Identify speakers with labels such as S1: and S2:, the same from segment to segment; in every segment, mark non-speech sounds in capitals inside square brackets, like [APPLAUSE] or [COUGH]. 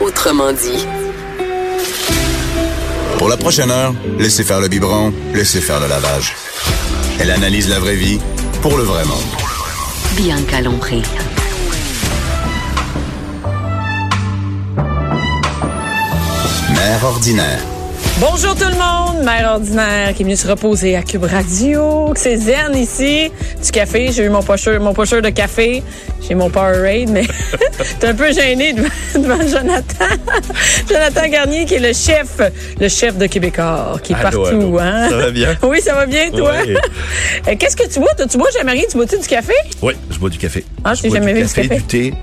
S1: Autrement dit.
S2: Pour la prochaine heure, laissez faire le biberon, laissez faire le lavage. Elle analyse la vraie vie pour le vrai monde.
S1: Bien calompré.
S2: Mère ordinaire.
S3: Bonjour tout le monde, mère ordinaire qui est venue se reposer à Cube Radio, que c'est zen ici, du café, j'ai eu mon pocheur, mon pocheur de café, j'ai mon Powerade, mais [LAUGHS] t'es un peu gêné devant, [LAUGHS] devant Jonathan. [LAUGHS] Jonathan Garnier qui est le chef, le chef de Québécois, qui est
S4: Allô,
S3: partout.
S4: allô.
S3: Hein?
S4: Ça va bien?
S3: [LAUGHS] Oui, ça va bien toi?
S4: Oui.
S3: Euh, Qu'est-ce que tu bois? Toi, tu bois, Jean-Marie, tu bois-tu du café?
S4: Oui, je bois du café.
S3: Ah, je t'ai
S4: bois
S3: jamais
S4: du
S3: vu du
S4: café,
S3: café.
S4: du thé.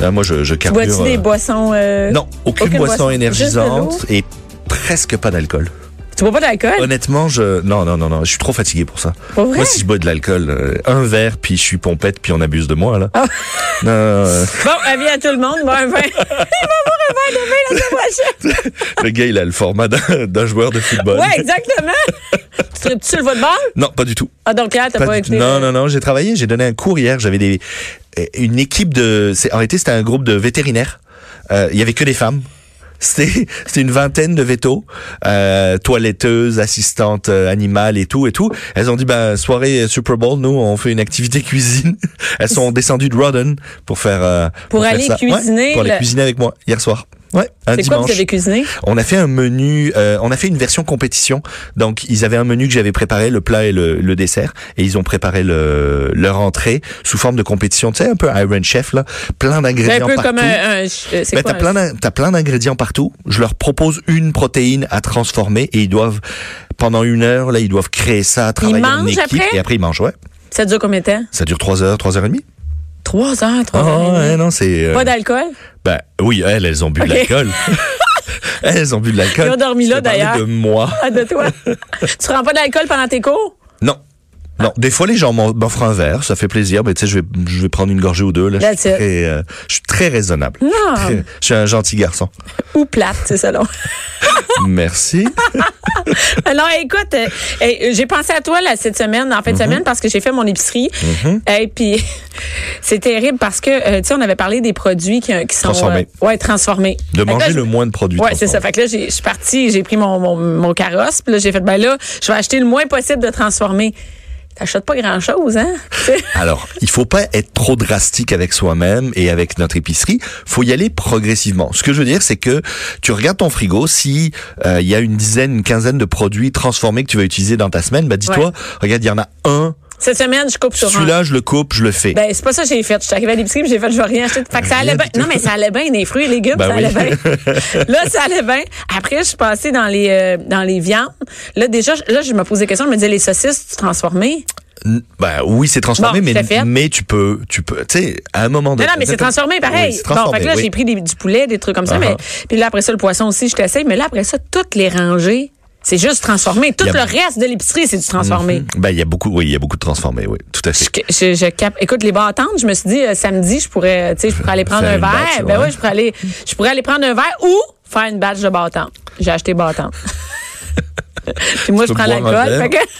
S4: Là, moi, je, je
S3: Tu
S4: carbure.
S3: bois-tu des
S4: euh,
S3: boissons? euh,
S4: Non, aucune, boisson, énergisante
S3: juste de l'eau?
S4: et presque pas d'alcool.
S3: Tu bois pas d'alcool?
S4: Honnêtement, je non non non non, je suis trop fatigué pour ça.
S3: Pas vrai?
S4: Moi, si je bois de l'alcool, euh, un verre puis je suis pompette puis on abuse de moi
S3: Ah.
S4: là. Non, non, non, euh,
S3: Bon, avis à tout le monde, bon, un [LAUGHS] verre. Il va boire un verre de vin la semaine prochaine.
S4: le gars, il a le format d'un d'un joueur de football.
S3: Ouais, exactement. tu serais tu sur le football?
S4: Non, pas du tout.
S3: Ah, donc là, t'as
S4: Pas
S3: pas,
S4: du tout.
S3: été. euh,
S4: Non, non, non, j'ai travaillé, j'ai donné un cours hier, j'avais des euh, une équipe de c'est en réalité c'était un groupe de vétérinaires. Euh, il y avait que des femmes. [LAUGHS] C'était c'était une vingtaine de vétos, euh, toiletteuses, assistantes euh, animales et tout et tout. Elles ont dit bah soirée Super Bowl, nous on fait une activité [LAUGHS] cuisine. Elles sont descendues de Rodden pour faire euh,
S3: Pour
S4: faire
S3: aller
S4: ça. Ouais,
S3: cuisiner
S4: pour aller
S3: le-
S4: cuisiner avec moi hier soir. Ouais,
S3: C'est quoi
S4: un
S3: que
S4: dimanche.
S3: vous avez cuisiné?
S4: On a fait un menu, euh, on a fait une version compétition. Donc ils avaient un menu que j'avais préparé, le plat et le, le dessert, et ils ont préparé le, leur entrée sous forme de compétition. Tu sais un peu Iron Chef là, plein
S3: C'est
S4: d'ingrédients
S3: un peu
S4: partout.
S3: comme un. un- c'est
S4: Ben,
S3: quoi, euh,
S4: t'as plein
S3: un-
S4: d'in- t'as plein d'ingrédients partout. Je leur propose une protéine à transformer et ils doivent pendant une heure là ils doivent créer ça, travailler en
S3: mangent
S4: équipe
S3: après
S4: et après ils mangent. Ouais,
S3: Ça dure combien de temps?
S4: ça dure trois heures, trois heures et demie.
S3: Trois heures, trois heures.
S4: Ah,
S3: et
S4: ouais,
S3: demie.
S4: non c'est. euh,
S3: Pas d'alcool?
S4: ben oui elles elles ont bu
S3: Ok. [LAUGHS]
S4: de l'alcool. elles ont bu de l'alcool.
S3: Ils ont dormi
S4: Je
S3: là,
S4: te parlais
S3: d'ailleurs.
S4: De moi.
S3: Ah, de
S4: [LAUGHS]
S3: toi. tu prends pas d'alcool pendant tes cours?
S4: Non. Non, des fois les gens m'en- m'offrent un verre, ça fait plaisir, mais tu sais, je vais, je vais prendre une gorgée ou deux. Là, je,
S3: That's
S4: suis
S3: it.
S4: très, euh, je suis très raisonnable.
S3: Non.
S4: Très- [LAUGHS] je suis un gentil garçon.
S3: Ou plate, c'est selon.
S4: Merci.
S3: Alors, écoute, euh, hey, euh, j'ai pensé à toi là, cette semaine, en fin
S4: Mhm.
S3: de semaine, parce que j'ai fait mon épicerie. Et puis, [LAUGHS] c'est terrible parce que, euh, tu sais, on avait parlé des produits qui, qui sont...
S4: Transformés.
S3: euh, ouais, transformés.
S4: De
S3: Fait que là,
S4: manger
S3: je-
S4: le moins de produits.
S3: Ouais, c'est ça.
S4: transformés.
S3: Fait que là, j'ai- je suis partie, j'ai pris mon, mon, mon carrosse, puis là, j'ai fait, ben là, je vais acheter le moins possible de transformer. T'achètes pas grand-chose, hein? [LAUGHS] Tu sais?
S4: Alors, il faut pas être trop drastique avec soi-même et avec notre épicerie. Faut y aller progressivement. Ce que je veux dire, c'est que tu regardes ton frigo. Si euh, il y a une dizaine, une quinzaine de produits transformés que tu vas utiliser dans ta semaine, bah dis-toi,
S3: Ouais.
S4: regarde, il y en a un.
S3: Cette semaine, je coupe sur un.
S4: Celui-là, je le coupe, je le fais.
S3: Ben, c'est pas ça que j'ai fait. Je suis arrivée à l'épicerie puis j'ai fait, je vais rien acheter. Fait que ça allait
S4: Rien
S3: bien.
S4: du tout.
S3: Non, mais ça allait bien, les fruits et légumes,
S4: Ben
S3: ça
S4: oui.
S3: allait bien. là, ça allait bien. Après, je suis passée dans les, euh, dans les viandes. Là, déjà, je- là, je me posais des questions. Je me disais, les saucisses, tu transformées?
S4: N- Bah oui, c'est transformé,
S3: Bon, c'est
S4: mais,
S3: fait.
S4: mais tu peux, tu peux, tu sais, à un moment
S3: Non,
S4: donné.
S3: non, mais c'est transformé pareil.
S4: Ben, Oui, c'est
S3: bon, fait que là,
S4: oui.
S3: j'ai pris des- du poulet, des trucs comme ça.
S4: Uh-huh.
S3: mais, puis là, après ça, le poisson aussi, je t'essaye. Mais là, après ça, toutes les rangées, c'est juste transformé. Tout
S4: Y a-
S3: le reste de l'épicerie, c'est du transformé.
S4: Bah, il y a beaucoup, oui, il y a beaucoup de transformés, oui, tout à fait.
S3: Je, je- je cap- Écoute, les battantes, je me suis dit, euh, samedi, je pourrais, tu sais, je pourrais aller prendre
S4: Faire
S3: un
S4: une
S3: verre.
S4: batch,
S3: ben
S4: ouais.
S3: ouais, je pourrais aller, je pourrais aller prendre un verre ou faire une batch de battantes. J'ai acheté
S4: [LAUGHS]
S3: battantes. puis moi,
S4: Tu
S3: je
S4: peux
S3: prends
S4: boire un
S3: l'alcool.
S4: verre.
S3: fait que-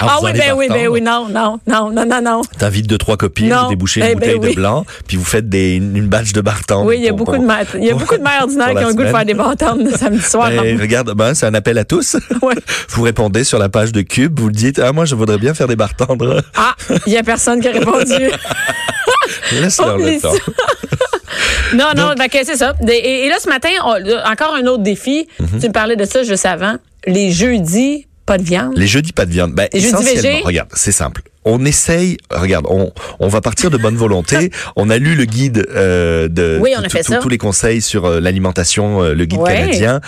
S3: Ah
S4: vous
S3: oui,
S4: allez
S3: ben oui, ben
S4: bartendre.
S3: oui, non, non, non, non, non, non.
S4: T'invites deux, trois copines,
S3: Non.
S4: vous débouchez
S3: Eh
S4: une
S3: ben
S4: bouteille
S3: oui.
S4: de blanc, puis vous faites des, une, une batch de bartend.
S3: Oui, il y a beaucoup de mères, il y a beaucoup de
S4: [LAUGHS]
S3: mères ordinaires qui ont le goût de faire des battantes le samedi soir.
S4: Ben, regarde, ben, c'est un appel à tous.
S3: Ouais.
S4: [LAUGHS] Vous répondez sur la page de Cube, vous le dites, ah, moi, je voudrais bien faire des bartendres. [LAUGHS]
S3: Ah, il n'y a personne qui a répondu.
S4: Laisse-leur
S3: Oublie
S4: le temps.
S3: ça. non, non, ben, que c'est ça. Des- Et, et là, ce matin, on- encore un autre défi.
S4: Mhm.
S3: Tu me parlais de ça juste avant. Les jeudis, pas de viande.
S4: Les jeudis pas de viande. Ben,
S3: Les jeudis
S4: essentiellement,
S3: végé?
S4: regarde, c'est simple. On essaye, regarde, on, on va partir de bonne
S3: [LAUGHS]
S4: volonté. on a lu le guide euh, de
S3: Oui, on a
S4: tout-
S3: fait
S4: tout-
S3: ça.
S4: tous les conseils sur euh, l'alimentation, euh, le guide
S3: Ouais.
S4: canadien.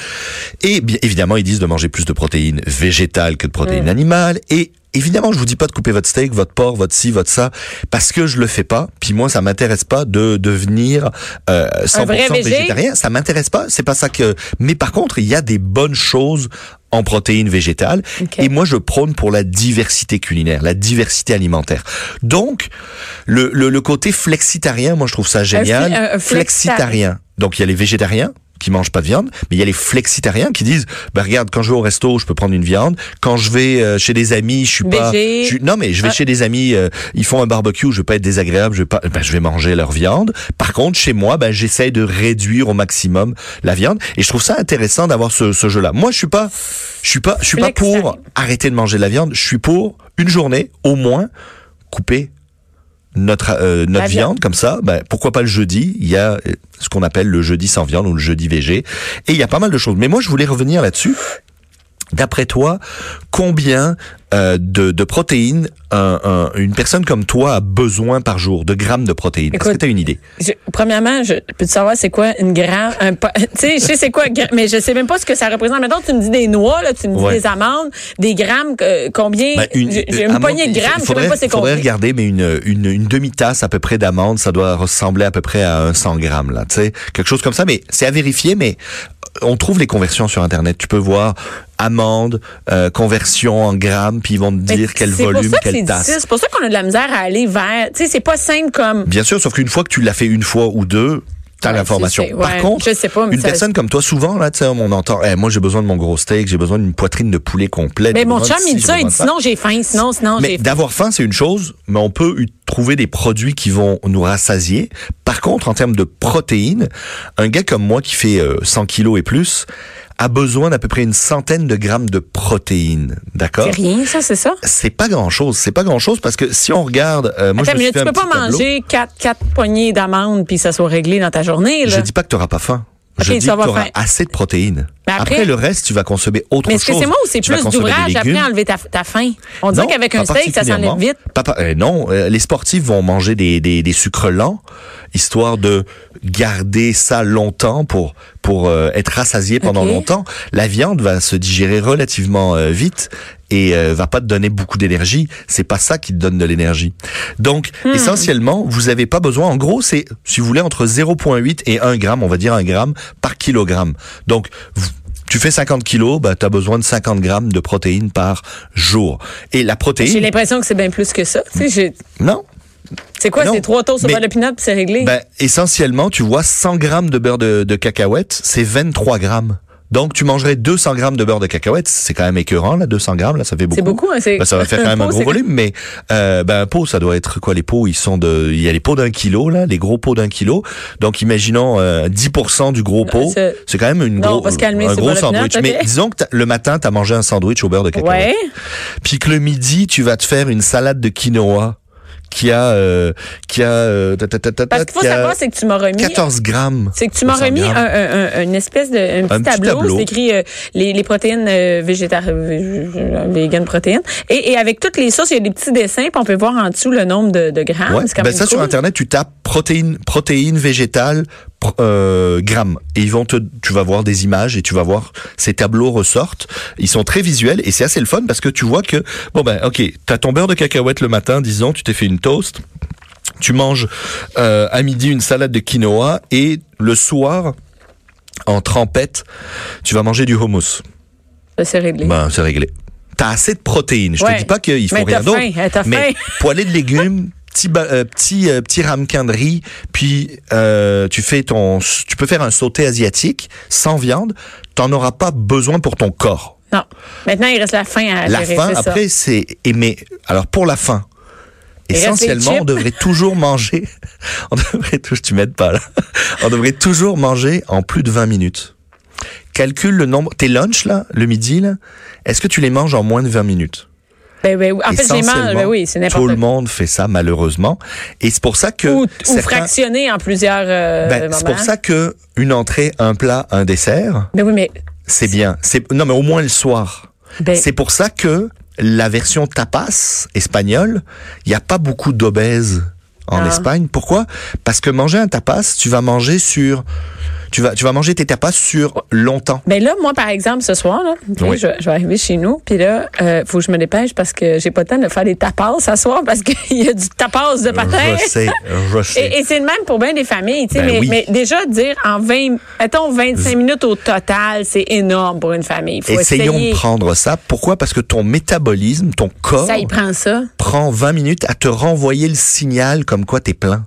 S4: Et bien évidemment, ils disent de manger plus de protéines végétales que de protéines
S3: Mm.
S4: animales. Et évidemment, je vous dis pas de couper votre steak, votre porc, votre ci, votre ça, parce que je le fais pas. Puis moi, ça m'intéresse pas de devenir euh, 100%
S3: vrai végé?
S4: végétarien. Ça m'intéresse pas. C'est pas ça que. Mais par contre, il y a des bonnes choses en protéines végétales.
S3: Ok.
S4: Et moi, je prône pour la diversité culinaire, la diversité alimentaire. Donc, le, le, le côté flexitarien, moi, je trouve ça génial.
S3: fli- un- un flexitarien.
S4: flexitarien. Donc, il y a les végétariens qui mangent pas de viande, mais il y a les flexitariens qui disent bah regarde quand je vais au resto, je peux prendre une viande, quand je vais euh, chez des amis, je suis pas
S3: BG.
S4: je suis- non mais je vais
S3: Ah.
S4: chez des amis, euh, ils font un barbecue, je vais pas être désagréable, je vais pas ben, je vais manger leur viande. Par contre, chez moi, ben j'essaie de réduire au maximum la viande et je trouve ça intéressant d'avoir ce, ce jeu-là. Moi, je suis pas je suis pas je suis pas pour
S3: Flexitarien.
S4: arrêter de manger de la viande, je suis pour une journée au moins couper notre euh, notre
S3: La
S4: viande,
S3: viande.
S4: comme ça ben, pourquoi pas le jeudi il y a euh, ce qu'on appelle le jeudi sans viande ou le jeudi végé et il y a pas mal de choses mais moi je voulais revenir là-dessus d'après toi combien euh, de, de protéines un- un- une personne comme toi a besoin par jour de grammes de protéines est-ce que
S3: Écoute,
S4: tu as une idée
S3: Je- premièrement, je peux te savoir c'est quoi une gramme, un pa- [LAUGHS] tu sais, je sais c'est quoi, gra- mais je sais même pas ce que ça représente. Maintenant, tu me dis des noix, là, tu me dis
S4: Ouais.
S3: des amandes, des grammes, euh, combien,
S4: Ben, une,
S3: j'ai j'ai
S4: euh,
S3: une
S4: amande,
S3: poignée de
S4: il fa-
S3: grammes,
S4: il
S3: je sais même
S4: faudrait,
S3: pas c'est
S4: faudrait
S3: combien.
S4: regarder, mais une, une, une demi-tasse à peu près d'amande, ça doit ressembler à peu près à un 100 grammes, là, tu sais. Quelque chose comme ça, mais c'est à vérifier, mais euh, on trouve les conversions sur Internet. Tu peux voir amande, euh, conversion en grammes, puis ils vont te
S3: Mais
S4: dire quel
S3: c'est pour
S4: volume,
S3: ça que c'est
S4: quelle
S3: difficile,
S4: tasse.
S3: C'est pour ça qu'on a de la misère à aller vers, tu sais, c'est pas simple comme,
S4: Bien sûr, sauf qu'une fois que tu l'as fait une fois ou deux, t'as
S3: Ouais,
S4: l'information.
S3: tu sais,
S4: Par
S3: ouais,
S4: contre,
S3: je sais pas, mais
S4: une
S3: ça-
S4: personne comme toi, souvent, là, tu sais, on entend, Eh, moi, j'ai besoin de mon gros steak, j'ai besoin d'une poitrine de poulet complète.
S3: mais
S4: j'ai
S3: ben, mon
S4: besoin
S3: chum,
S4: de ci,
S3: il dit
S4: j'ai
S3: ça, il
S4: besoin
S3: dit
S4: de ça.
S3: sinon j'ai faim, sinon, sinon
S4: Mais
S3: j'ai faim.
S4: d'avoir faim, c'est une chose, mais on peut y trouver des produits qui vont nous rassasier. Par contre, en termes de protéines, un gars comme moi qui fait euh, 100 kilos et plus a besoin d'à peu près une centaine de grammes de protéines. D'accord
S3: C'est rien, ça, c'est ça?
S4: C'est pas grand-chose. C'est pas grand-chose parce que si on regarde... euh, moi,
S3: Attends,
S4: je me
S3: mais
S4: suis
S3: là,
S4: fait
S3: tu
S4: un
S3: peux pas
S4: petit tableau.
S3: manger quatre, quatre poignées d'amandes puis ça soit réglé dans ta journée, là.
S4: Je dis pas que tu pas faim.
S3: Ok,
S4: je
S3: tu
S4: dis
S3: vas
S4: que tu
S3: avoir
S4: auras
S3: faim.
S4: assez de protéines.
S3: Mais
S4: après,
S3: après-
S4: le reste, tu vas consommer autre
S3: mais est-ce
S4: chose.
S3: que c'est moi ou c'est
S4: Tu vas
S3: plus
S4: consommer des
S3: d'ouvrage après
S4: légumes.
S3: enlever ta, ta faim? On
S4: Non,
S3: dirait qu'avec
S4: pas
S3: un steak, ça
S4: particulièrement.
S3: s'enlève vite.
S4: Pas par- euh, non, euh, les sportifs vont manger des, des, des sucres lents, histoire de garder ça longtemps pour pour euh, être rassasié pendant
S3: Ok.
S4: longtemps. La viande va se digérer relativement euh, vite et euh, va pas te donner beaucoup d'énergie. C'est pas ça qui te donne de l'énergie. Donc, essentiellement, vous avez pas besoin. En gros, c'est si vous voulez entre 0,8 et 1 gramme, on va dire 1 gramme par kilogramme. Donc vous- tu fais 50 kilos, bah, tu as besoin de 50 grammes de protéines par jour. Et la
S3: J'ai
S4: protéine,
S3: l'impression que c'est bien plus que ça. Tu sais, j'ai-
S4: non.
S3: C'est quoi?
S4: Non,
S3: C'est trois tours sur
S4: mais-
S3: le pinot puis c'est réglé?
S4: Ben, essentiellement, tu vois, 100 grammes de beurre de, de cacahuète, c'est 23 grammes. Donc, tu mangerais 200 grammes de beurre de cacahuète. C'est quand même écœurant, là, 200 grammes, là, ça fait beaucoup.
S3: C'est beaucoup, hein, c'est-
S4: Ben, ça va faire quand
S3: un
S4: même
S3: [LAUGHS]
S4: un
S3: pot,
S4: gros
S3: c'est-
S4: volume, mais euh, ben, un pot, ça doit être quoi Les pots, ils sont de... Il y a les pots d'un kilo, là, les gros pots d'un kilo. Donc, imaginons euh, 10% du gros pot.
S3: c'est-
S4: C'est quand même une
S3: Non, on
S4: gros,
S3: va se calmer
S4: un
S3: sur
S4: gros
S3: beurre de pinot,
S4: sandwich.
S3: ok.
S4: Mais disons que t'as- le matin, tu as mangé un sandwich au beurre de cacahuète
S3: ouais.
S4: puis que le midi tu vas te faire une salade de quinoa qui a euh, qui a euh, ta, ta, ta, ta,
S3: Parce
S4: ta,
S3: qu'il faut
S4: qui a
S3: savoir, c'est que tu m'as remis.
S4: 14 grammes
S3: C'est que tu m'as
S4: 200
S3: remis un,
S4: grammes.
S3: un- un- une espèce de un petit,
S4: Un petit
S3: tableau,
S4: tableau.
S3: c'est écrit euh, les, les protéines euh, végétariennes, vegan protéines. Et, et avec toutes les sauces, il y a des petits dessins, puis on peut voir en dessous le nombre de, de grammes.
S4: Ouais.
S3: C'est quand
S4: Ben
S3: même
S4: ça sur
S3: cool.
S4: internet tu tapes protéines protéines végétales pro- euh, grammes et ils vont te tu vas voir des images et tu vas voir ces tableaux ressortent ils sont très visuels et c'est assez le fun parce que tu vois que bon ben ok t'as ton beurre de cacahuète le matin disons tu t'es fait une toast tu manges euh, à midi une salade de quinoa et le soir en trempette, tu vas manger du hummus.
S3: Ça, c'est réglé.
S4: Ben, c'est réglé. T'as assez de protéines. Je
S3: Ouais.
S4: te dis pas qu'ils font
S3: Mais
S4: rien
S3: t'as
S4: d'autre.
S3: faim, hein, t'as
S4: Mais
S3: faim. [LAUGHS]
S4: poêlée de légumes, petit ba- euh, petit euh, petit ramequin de riz, puis euh, tu fais ton, tu peux faire un sauté asiatique sans viande. T'en auras pas besoin pour ton corps.
S3: Non. Maintenant, il reste la faim à
S4: La
S3: gérer,
S4: faim,
S3: c'est ça.
S4: après, c'est aimer. Alors, pour la faim,
S3: reste les
S4: essentiellement, on
S3: chips.
S4: devrait toujours manger.
S3: [LAUGHS]
S4: On devrait toujours, tu m'aides pas là. On devrait toujours manger en plus de 20 minutes. Calcule le nombre. Tes lunchs, là, le midi, là, est-ce que tu les manges en moins de 20 minutes?
S3: Ben, ben, oui. en fait, j'ai mal.
S4: Essentiellement,
S3: Ben oui, c'est
S4: Tout
S3: n'importe quoi.
S4: le monde fait ça, malheureusement. Et c'est pour ça que.
S3: Ou, ou
S4: certains-
S3: fractionner en plusieurs euh,
S4: Ben,
S3: moments.
S4: c'est pour ça que une entrée, un plat, un dessert,
S3: Ben oui, mais
S4: c'est bien. C'est non, mais au moins le soir.
S3: Ben-
S4: C'est pour ça que la version tapas espagnole, il n'y a pas beaucoup d'obèses en
S3: Ah.
S4: Espagne. Pourquoi Parce que manger un tapas, tu vas manger sur, tu vas, tu vas manger tes tapas sur longtemps.
S3: Ben là, moi, par exemple, ce soir, là, ok,
S4: Oui.
S3: je, je vais arriver chez nous, puis là, euh, faut que je me dépêche parce que j'ai pas le temps de faire des tapas ce soir parce [LAUGHS] qu'il y a du tapas de patin.
S4: Je sais, je sais.
S3: Et, et c'est le même pour bien des familles, tu sais,
S4: Ben
S3: mais,
S4: oui.
S3: mais déjà dire en 20, mettons 25 minutes au total, c'est énorme pour une famille. Faut
S4: Essayons
S3: essayer.
S4: de prendre ça. Pourquoi Parce que ton métabolisme, ton corps
S3: Ça, il prend ça.
S4: prend 20 minutes à te renvoyer le signal comme quoi t'es plein.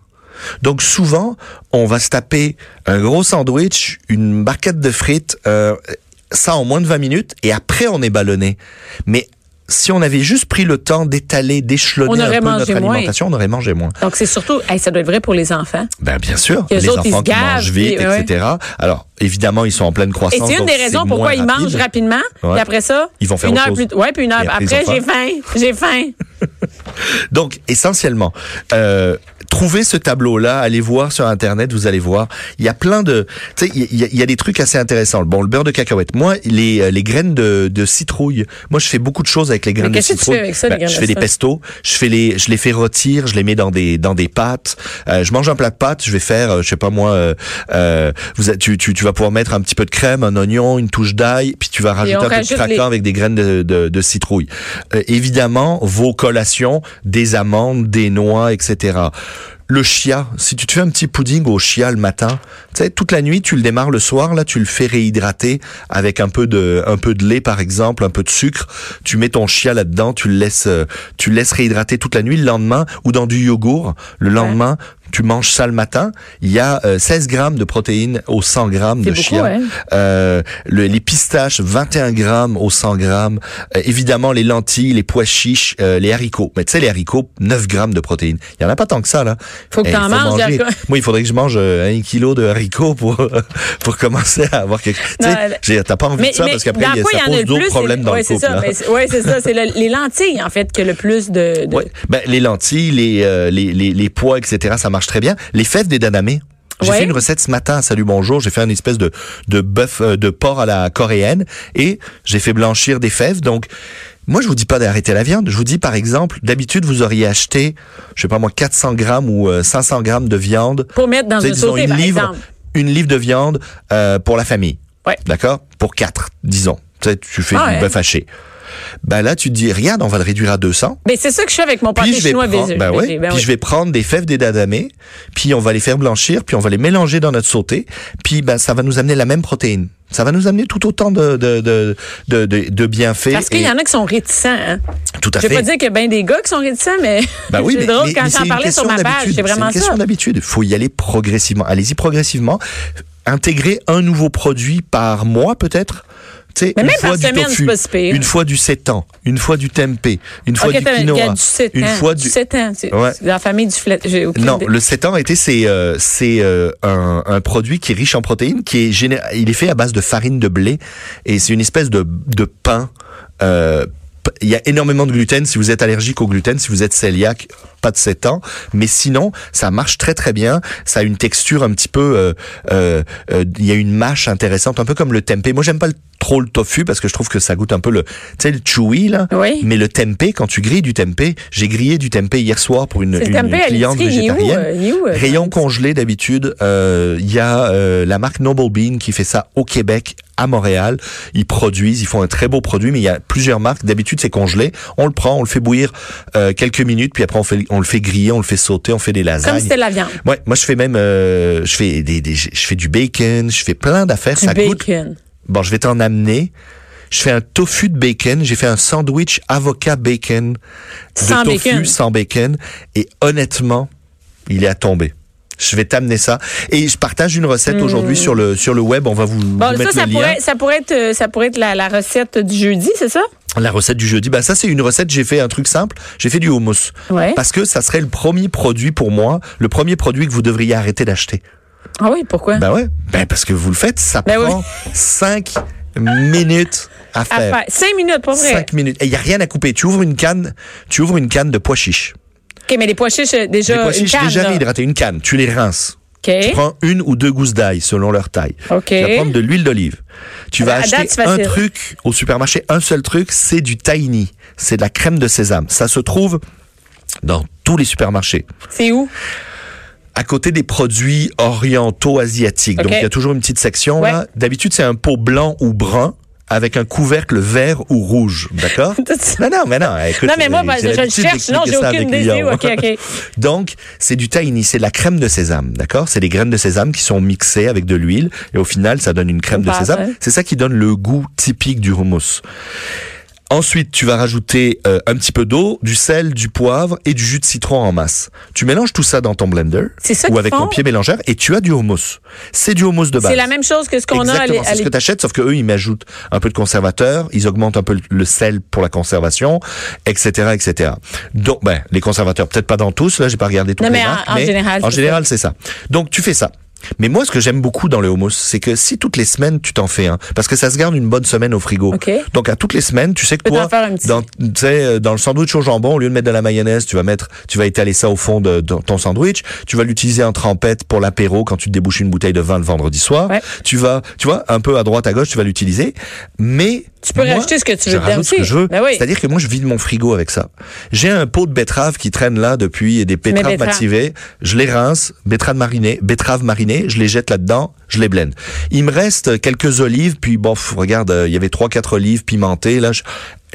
S4: Donc souvent, on va se taper un gros sandwich, une barquette de frites, euh, ça en moins de 20 minutes, et après on est ballonné. Mais si on avait juste pris le temps d'étaler,
S3: On
S4: d'échelonner un
S3: aurait
S4: peu notre
S3: mangé moins.
S4: alimentation, on aurait mangé moins.
S3: Donc, c'est surtout, hey, ça doit être vrai pour les enfants.
S4: Ben bien sûr,
S3: Et eux
S4: les
S3: autres, ils
S4: enfants
S3: se
S4: qui
S3: gavent,
S4: mangent vite,
S3: puis, ouais.
S4: etc. Alors évidemment, ils sont en pleine
S3: Et
S4: croissance.
S3: c'est une
S4: donc
S3: des raisons
S4: c'est
S3: pourquoi
S4: moins
S3: ils mangent
S4: rapide.
S3: rapidement.
S4: Ouais.
S3: Puis après ça,
S4: Ils vont faire
S3: une
S4: autre
S3: heure
S4: chose.
S3: plus t- Ouais, puis une heure
S4: Et après, ils
S3: après,
S4: ont
S3: j'ai faim. J'ai faim.
S4: Donc, essentiellement, euh, trouvez ce tableau-là, allez voir sur Internet, vous allez voir. Il y a plein de... Tu sais, il y a- il y, a- il y a des trucs assez intéressants. Bon, le beurre de cacahuète. Moi, les, euh, les graines de, de citrouille. Moi, je fais beaucoup de choses avec les graines de
S3: qu'est-ce que tu
S4: citrouille. Ben,
S3: fais avec ça, les graines
S4: je
S3: de
S4: fais des
S3: citrouille?
S4: pestos, je, fais les, je les fais rôtir, je les mets dans des, dans des pâtes. Euh, je mange un plat de pâtes, je vais faire, euh, je sais pas moi, euh, euh, vous, a- tu, tu, tu vas pouvoir mettre un petit peu de crème, un oignon, une touche d'ail, puis tu vas rajouter
S3: on
S4: un peu
S3: rajoute
S4: de craquant
S3: les-
S4: avec des graines de, de, de citrouille. Euh, évidemment, vos collations, des amandes, des noix, etc. Le chia, si tu te fais un petit pudding au chia le matin, tu sais, toute la nuit, tu le démarres le soir, là, tu le fais réhydrater avec un peu de, un peu de lait, par exemple, un peu de sucre. Tu mets ton chia là-dedans, tu le laisses, euh, tu le laisses réhydrater toute la nuit le lendemain ou dans du yogourt. Le lendemain, tu manges ça le matin. Il y a euh, 16 grammes de protéines aux 100 grammes de
S3: beaucoup,
S4: chia.
S3: ouais.
S4: Euh, le- les pistaches, 21 grammes au 100 grammes. Euh, évidemment, les lentilles, les pois chiches, euh, les haricots. Mais tu sais, les haricots, 9 grammes de protéines. Il y en a pas tant que ça, là.
S3: Faut que
S4: Eh,
S3: t'en
S4: il
S3: manges,
S4: manger.
S3: les haricots.
S4: Moi, il faudrait que je mange euh, un kilo de haricots pour, [LAUGHS] pour commencer à avoir quelque chose. Tu
S3: Non,
S4: sais,
S3: elle-
S4: j'ai- t'as pas envie de ça parce qu'après,
S3: dans
S4: il y a-
S3: quoi
S4: ça
S3: il y en a
S4: pose
S3: le
S4: d'autres
S3: plus,
S4: problèmes
S3: c'est-
S4: dans
S3: ouais,
S4: le couple.
S3: c'est ça.
S4: hein.
S3: ben, c'est- ouais, c'est ça. C'est le- les lentilles, en fait, que le plus de. de-
S4: Ouais. Ben, les lentilles, les, euh, les, les, les pois, etc., ça marche très bien. Les fèves des dadamés. J'ai
S3: Ouais.
S4: fait une recette ce matin, à salut bonjour, j'ai fait une espèce de de bœuf euh, de porc à la coréenne et j'ai fait blanchir des fèves. Donc moi je vous dis pas d'arrêter la viande, je vous dis par exemple, d'habitude vous auriez acheté, je sais pas moi 400 grammes ou euh, 500 grammes de viande
S3: Pour mettre dans
S4: tu sais,
S3: une
S4: disons,
S3: sautée,
S4: une
S3: par
S4: livre,
S3: exemple.
S4: une livre de viande euh, pour la famille.
S3: Ouais.
S4: D'accord Pour quatre, disons. Tu sais, tu fais
S3: Ah
S4: du
S3: ouais.
S4: bœuf haché. Ben là, tu te dis, regarde, on va le réduire à 200.
S3: Ben, c'est ça que je fais avec mon pâté
S4: Puis je vais
S3: chinois
S4: prendre,
S3: végé-
S4: ben ouais,
S3: végé, ben
S4: puis
S3: oui.
S4: je vais prendre des fèves des dadamés, puis on va les faire blanchir, puis on va les mélanger dans notre sauté, puis ben ça va nous amener la même protéine. Ça va nous amener tout autant de de de de, de- de bienfaits.
S3: Parce qu'il
S4: et-
S3: y en a qui sont réticents. Hein.
S4: tout à
S3: Je vais
S4: fait.
S3: pas dire qu'il y a bien des gars qui sont réticents, mais
S4: [LAUGHS] Ben oui,
S3: c'est
S4: mais,
S3: drôle
S4: mais-
S3: quand
S4: mais c'est
S3: j'en
S4: une
S3: parlais sur
S4: question
S3: ma page.
S4: d'habitude.
S3: C'est vraiment
S4: une
S3: ça.
S4: question d'habitude. Faut y aller progressivement. Allez-y progressivement. Intégrer un nouveau produit par mois peut-être. Tu sais,
S3: Mais
S4: une
S3: même
S4: fois
S3: par
S4: du
S3: semaine,
S4: tofu,
S3: c'est pas si pire.
S4: Une fois du sétan, une fois du tempeh, une fois
S3: Ok,
S4: du
S3: t'as- il y a
S4: quinoa,
S3: du 7 ans.
S4: une fois du,
S3: 7 ans. C'est
S4: Ouais.
S3: c'est dans la famille du flet. J'ai aucune
S4: non,
S3: idée.
S4: le sétan été c'est euh, c'est euh, un, un produit qui est riche en protéines, qui est géné- il est fait à base de farine de blé et c'est une espèce de de pain. euh, p- il y a énormément de gluten. Si vous êtes allergique au gluten, si vous êtes cœliaque, pas de sétan. Mais sinon, ça marche très très bien. Ça a une texture un petit peu. euh, euh, euh, il y a une mâche intéressante, un peu comme le tempeh. Moi, j'aime pas le- trop le tofu parce que je trouve que ça goûte un peu le, tu sais, le chewy là.
S3: Oui.
S4: Mais le tempeh, quand tu grilles du tempeh, j'ai grillé du tempeh hier soir pour une
S3: C'est le
S4: une
S3: tempeh à
S4: cliente
S3: l'épicerie, il est où,
S4: végétarienne.
S3: euh, il est où, euh,
S4: Rayon congelé d'habitude, euh, il y a euh, la marque Noble Bean qui fait ça au Québec, à Montréal. Ils produisent, ils font un très beau produit, mais il y a plusieurs marques. D'habitude c'est congelé, on le prend, on le fait bouillir euh, quelques minutes, puis après on, fait, on le fait griller, on le fait sauter, on fait des lasagnes.
S3: Comme si c'était la viande.
S4: Ouais, moi je fais même, euh, je fais des, des- je fais du bacon, je fais plein d'affaires.
S3: Du
S4: Ça goûte
S3: bacon.
S4: Bon, je vais t'en amener. Je fais un tofu de bacon. J'ai fait un sandwich avocat bacon. De
S3: Sans
S4: tofu
S3: bacon.
S4: sans bacon. Et honnêtement, il est à tomber. Je vais t'amener ça. Et je partage une recette aujourd'hui sur le, sur le web. On va vous,
S3: Hmm. Bon, ça,
S4: vous mettre
S3: ça
S4: le lien.
S3: pourrait, ça pourrait être, euh, ça pourrait être la, la recette du jeudi, c'est ça?
S4: La recette du jeudi, bah ça c'est une recette, j'ai fait un truc simple, j'ai fait du hummus.
S3: Ouais.
S4: Parce que ça serait le premier produit pour moi, le premier produit que vous devriez arrêter d'acheter.
S3: Ah oui, pourquoi?
S4: Ben ouais, ben parce que vous le faites, ça
S3: Ben oui.
S4: prend 5 minutes à
S3: à
S4: faire.
S3: faire. Cinq minutes, pour vrai.
S4: Cinq minutes. Et il n'y a rien à couper. Tu ouvres une canne, tu ouvres une canne de pois chiches.
S3: OK, mais les pois chiches, euh, déjà.
S4: Les pois
S3: une
S4: chiches
S3: canne,
S4: déjà
S3: là.
S4: réhydratées, une canne. Tu les rinces. Tu
S3: OK.
S4: prends une ou deux gousses d'ail selon leur taille.
S3: Ok.
S4: Tu vas prendre de l'huile d'olive. Tu vas
S3: À date,
S4: acheter
S3: c'est
S4: un
S3: facile.
S4: truc au supermarché, un seul truc, c'est du tahini. C'est de la crème de sésame. Ça se trouve dans tous les supermarchés.
S3: C'est où?
S4: à côté des produits orientaux asiatiques.
S3: Ok.
S4: Donc il y a toujours une petite section
S3: Ouais.
S4: là. D'habitude c'est un pot blanc ou brun avec un couvercle vert ou rouge, d'accord
S3: [LAUGHS] Tout ça.
S4: Non non, mais non, écoute,
S3: Non, mais moi,
S4: j'ai
S3: parce que je le
S4: l'habitude
S3: cherche,
S4: d'expliquer
S3: non, j'ai
S4: ça
S3: aucune
S4: avec
S3: idée.
S4: Guillaume.
S3: Ok, ok.
S4: [LAUGHS] Donc c'est du tahini, c'est de la crème de sésame, d'accord C'est des graines de sésame qui sont mixées avec de l'huile et au final ça donne une crème
S3: Une
S4: de
S3: pâte,
S4: sésame.
S3: hein.
S4: C'est ça qui donne le goût typique du hummus. Ensuite, tu vas rajouter euh, un petit peu d'eau, du sel, du poivre et du jus de citron en masse. Tu mélanges tout ça dans ton blender
S3: C'est ça
S4: ou
S3: qu'ils
S4: avec ton
S3: font?
S4: pied mélangeur et tu as du hummus. C'est du hummus de base.
S3: C'est la même chose que ce qu'on a à l'é-
S4: Exactement,
S3: à
S4: c'est ce que
S3: l'é-
S4: tu achètes, sauf que eux ils m'ajoutent un peu de conservateur, ils augmentent un peu le- le sel pour la conservation, etc., etc. Donc, ben, les conservateurs, peut-être pas dans tous, là, j'ai pas regardé toutes
S3: Non,
S4: les
S3: mais en-
S4: marques,
S3: en général,
S4: en
S3: c'est
S4: général, c'est ça. Donc, tu fais ça. Mais moi, ce que j'aime beaucoup dans le hummus, c'est que si toutes les semaines tu t'en fais un, parce que ça se garde une bonne semaine au frigo.
S3: Ok.
S4: Donc à toutes les semaines, tu sais que
S3: peux
S4: toi,
S3: t'en faire un petit.
S4: dans, tu sais, euh, dans le sandwich au jambon, au lieu de mettre de la mayonnaise, tu vas mettre, tu vas étaler ça au fond de, de ton sandwich. Tu vas l'utiliser en trempette pour l'apéro quand tu te débouches une bouteille de vin le vendredi soir.
S3: Ouais.
S4: Tu vas, tu vois, un peu à droite à gauche, tu vas l'utiliser. Mais
S3: Tu peux
S4: moi,
S3: rajouter ce que tu veux
S4: je
S3: dedans
S4: rajoute ce que
S3: aussi.
S4: je veux.
S3: Ben oui.
S4: C'est-à-dire que moi, je vide mon frigo avec ça. J'ai un pot de betteraves qui traîne là depuis des betteraves
S3: betteraves.
S4: mativées. Je les rince, betteraves marinées, betteraves marinées, je les jette là-dedans, je les blende. Il me reste quelques olives, puis bon, pff, regarde, euh, il y avait trois, quatre olives pimentées, là, je,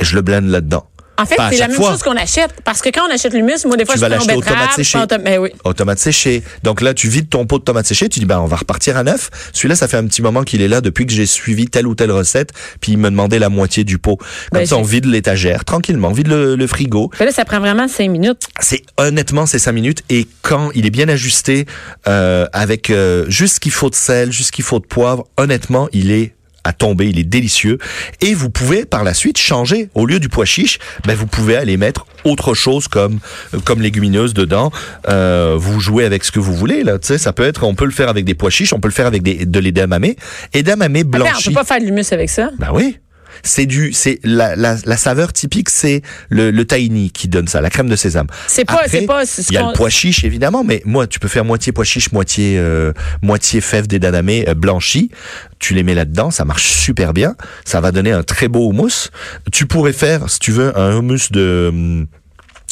S4: je le blende là-dedans.
S3: En fait,
S4: Pas Ben, à
S3: c'est la
S4: chaque
S3: même
S4: fois.
S3: chose qu'on achète. Parce que quand on achète l'humus, moi, des fois,
S4: Tu
S3: je
S4: vas
S3: prends
S4: l'acheter aux
S3: betterave,
S4: tomates séchées.
S3: aux tom- ben oui.
S4: aux tomates séchées. Donc là, tu vides ton pot de tomates séchées, tu dis, ben, on va repartir à neuf. Celui-là, ça fait un petit moment qu'il est là depuis que j'ai suivi telle ou telle recette, puis il me demandait la moitié du pot. Comme
S3: Ben,
S4: ça, on
S3: c'est-
S4: vide l'étagère, tranquillement, on vide le, le frigo.
S3: Mais là, ça prend vraiment cinq minutes.
S4: C'est honnêtement, c'est cinq minutes, et quand il est bien ajusté, euh, avec euh, juste ce qu'il faut de sel, juste ce qu'il faut de poivre, honnêtement, il est à tomber, il est délicieux. Et vous pouvez par la suite changer. Au lieu du pois chiche, ben vous pouvez aller mettre autre chose comme euh, comme légumineuse dedans. Euh, vous jouez avec ce que vous voulez là. Tu sais, ça peut être, on peut le faire avec des pois chiches, on peut le faire avec des, de l'edamame edamame
S3: Attends,
S4: blanchi.
S3: on peut pas faire de l'humus avec ça.
S4: Ben oui. C'est du, c'est la, la, la saveur typique, c'est le, le tahini qui donne ça, la crème de sésame.
S3: C'est pas-
S4: Après,
S3: c'est pas ce
S4: Il y a
S3: qu'on-
S4: le pois chiche évidemment, mais moi, tu peux faire moitié pois chiche, moitié euh, moitié fève d'edamame euh, blanchie. Tu les mets là-dedans, ça marche super bien. Ça va donner un très beau houmous. Tu pourrais faire, si tu veux, un houmous de hum,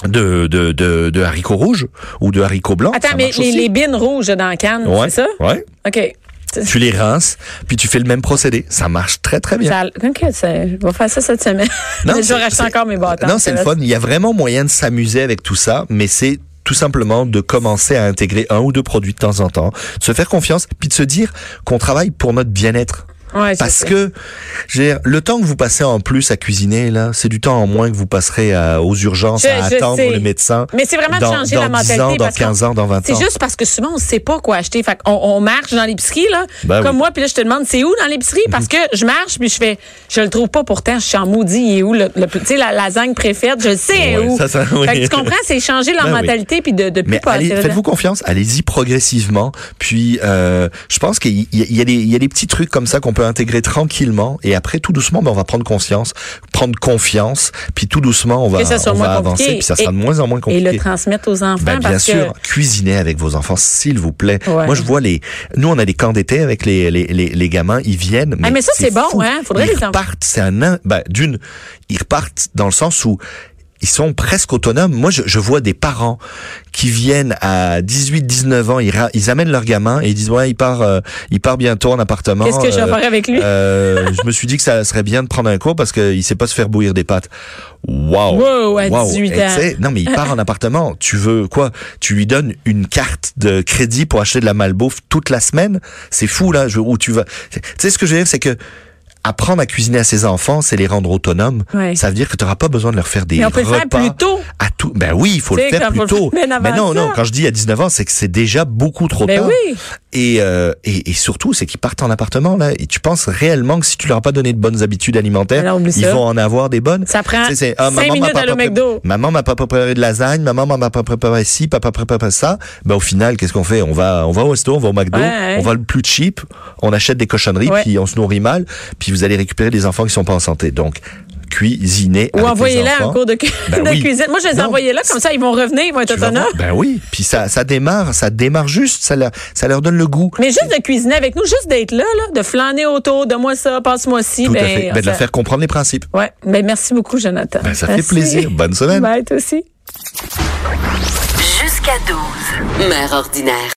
S4: de de, de, de haricots rouges ou de haricots blancs.
S3: Attends,
S4: ça
S3: mais
S4: marche
S3: les,
S4: aussi.
S3: les bines rouges dans la canne,
S4: ouais,
S3: c'est ça?
S4: Ouais.
S3: OK. C'est-
S4: Tu les rinces, puis tu fais le même procédé. Ça marche très très bien.
S3: Ça, ok, ça- je vais faire ça cette semaine. Mais [LAUGHS] je
S4: c'est-
S3: vais racheter
S4: c'est-
S3: encore mes bâtons.
S4: Non, c'est le fun. Il y a vraiment moyen de s'amuser avec tout ça, mais c'est tout simplement de commencer à intégrer un ou deux produits de temps en temps, de se faire confiance, puis de se dire qu'on travaille pour notre bien-être.
S3: Ouais, je
S4: Parce
S3: sais.
S4: que je veux dire, le temps que vous passez en plus à cuisiner, là, c'est du temps en moins que vous passerez à- aux urgences,
S3: Je-
S4: à
S3: je
S4: attendre
S3: sais.
S4: le médecin.
S3: Mais c'est vraiment de
S4: dans,
S3: changer
S4: dans
S3: la
S4: 10
S3: mentalité.
S4: ans, dans
S3: parce qu'on-
S4: 15 ans, dans 20 ans.
S3: C'est juste parce que souvent, on sait pas quoi acheter. Fait qu'on on marche dans l'épicerie, là.
S4: Ben
S3: comme
S4: oui. Mhm.
S3: moi, puis là, je te demande, c'est où dans l'épicerie? Parce que je marche, puis je fais, je le trouve pas pourtant, je suis en maudit, il est où? le- le- Tu sais, la lasagne préférée, je le sais elle est
S4: Ouais,
S3: où.
S4: ça, [LAUGHS] ça, oui.
S3: Fait que tu comprends, c'est changer leur
S4: Ben oui.
S3: mentalité, puis de, de plus
S4: Mais allez,
S3: passer là-dedans.
S4: faites-vous confiance, allez-y progressivement. Puis, euh, je pense qu'il y, il y a des- il y a des petits trucs comme ça qu'on peut intégrer tranquillement. Et après, tout doucement, ben, on va prendre conscience, prendre confiance. Puis tout doucement, on va,
S3: Que ça soit
S4: on
S3: moins
S4: va avancer.
S3: compliqué.
S4: Puis ça sera de moins en moins
S3: Et
S4: compliqué.
S3: le transmettre aux enfants.
S4: Ben, bien
S3: parce
S4: sûr,
S3: que
S4: cuisinez avec vos enfants, s'il vous plaît.
S3: Ouais.
S4: Moi, je vois les, nous, on a des camps d'été avec les, les, les, les gamins, ils viennent. Mais,
S3: Ah, mais ça, c'est bon,
S4: fou.
S3: hein. Faudrait
S4: ils
S3: les en-
S4: repartent, c'est un, in- ben, d'une, ils repartent dans le sens où ils sont presque autonomes. Moi, je, je vois des parents qui viennent à 18, 19 ans, ils, ra- ils amènent leur gamin et ils disent, ouais, il part, euh, il part bientôt en appartement.
S3: Qu'est-ce que je vais
S4: euh,
S3: faire avec lui?
S4: euh, je me suis dit que ça serait bien de prendre un cours parce qu'il sait pas se faire bouillir des pâtes. Waouh!
S3: Wow, à
S4: Waouh.
S3: 18
S4: Et tu
S3: ans.
S4: sais, non, mais il part en appartement. Tu veux quoi? Tu lui donnes une carte de crédit pour acheter de la malbouffe toute la semaine? C'est fou, là, je, où tu vas. Tu sais, ce que je veux dire, c'est que apprendre à cuisiner à ses enfants, c'est les rendre autonomes.
S3: Ouais.
S4: Ça veut dire que tu n'auras pas besoin de leur faire des
S3: Mais on peut le faire
S4: repas
S3: plus tôt.
S4: À tout. Ben oui, il faut
S3: Tu
S4: le
S3: sais,
S4: faire
S3: quand
S4: plus
S3: faut le
S4: tôt.
S3: faire bien
S4: Mais
S3: avant
S4: non,
S3: ça.
S4: non, quand je dis à 19 ans, c'est que c'est déjà beaucoup trop
S3: Ben
S4: tard.
S3: oui.
S4: Et, euh, et, et surtout, c'est qu'ils partent en appartement là. Et tu penses réellement que si tu leur as pas donné de bonnes habitudes alimentaires,
S3: Alors, oublie
S4: ils
S3: ça.
S4: vont en avoir des bonnes.
S3: Ça prend
S4: Tu sais, c'est, ah,
S3: cinq
S4: maman m'a
S3: minutes
S4: pas
S3: d'aller au
S4: préparé-
S3: McDo.
S4: Maman m'a pas préparé de lasagne. Maman m'a pas préparé ci, papa préparé ça. Ben au final, qu'est-ce qu'on fait On va, on va au resto, on va au McDo,
S3: Ouais, ouais.
S4: on va le plus cheap, on achète des cochonneries,
S3: Ouais.
S4: puis on se nourrit mal, puis vous allez récupérer des enfants qui sont pas en santé. Donc cuisiner
S3: Ou
S4: avec les
S3: envoyez-la un
S4: enfants.
S3: cours de, cu- [LAUGHS]
S4: Ben
S3: de
S4: oui.
S3: cuisine. Moi, je les
S4: Non,
S3: envoyais là, comme ça, ils vont revenir, ils vont être
S4: tu vas
S3: autonomes.
S4: voir. Ben oui, puis ça, ça démarre, ça démarre juste, ça leur, ça leur donne le goût.
S3: Mais juste de cuisiner avec nous, juste d'être là, là, de flâner autour, de moi ça, passe-moi ci.
S4: Tout
S3: ben,
S4: à fait. Ben, de leur
S3: ça-
S4: faire comprendre les principes.
S3: Ouais. Ben, merci beaucoup, Jonathan.
S4: Ben, ça
S3: Merci.
S4: fait plaisir. Bonne semaine.
S3: Bye, toi aussi.
S1: Jusqu'à 12. Mère ordinaire.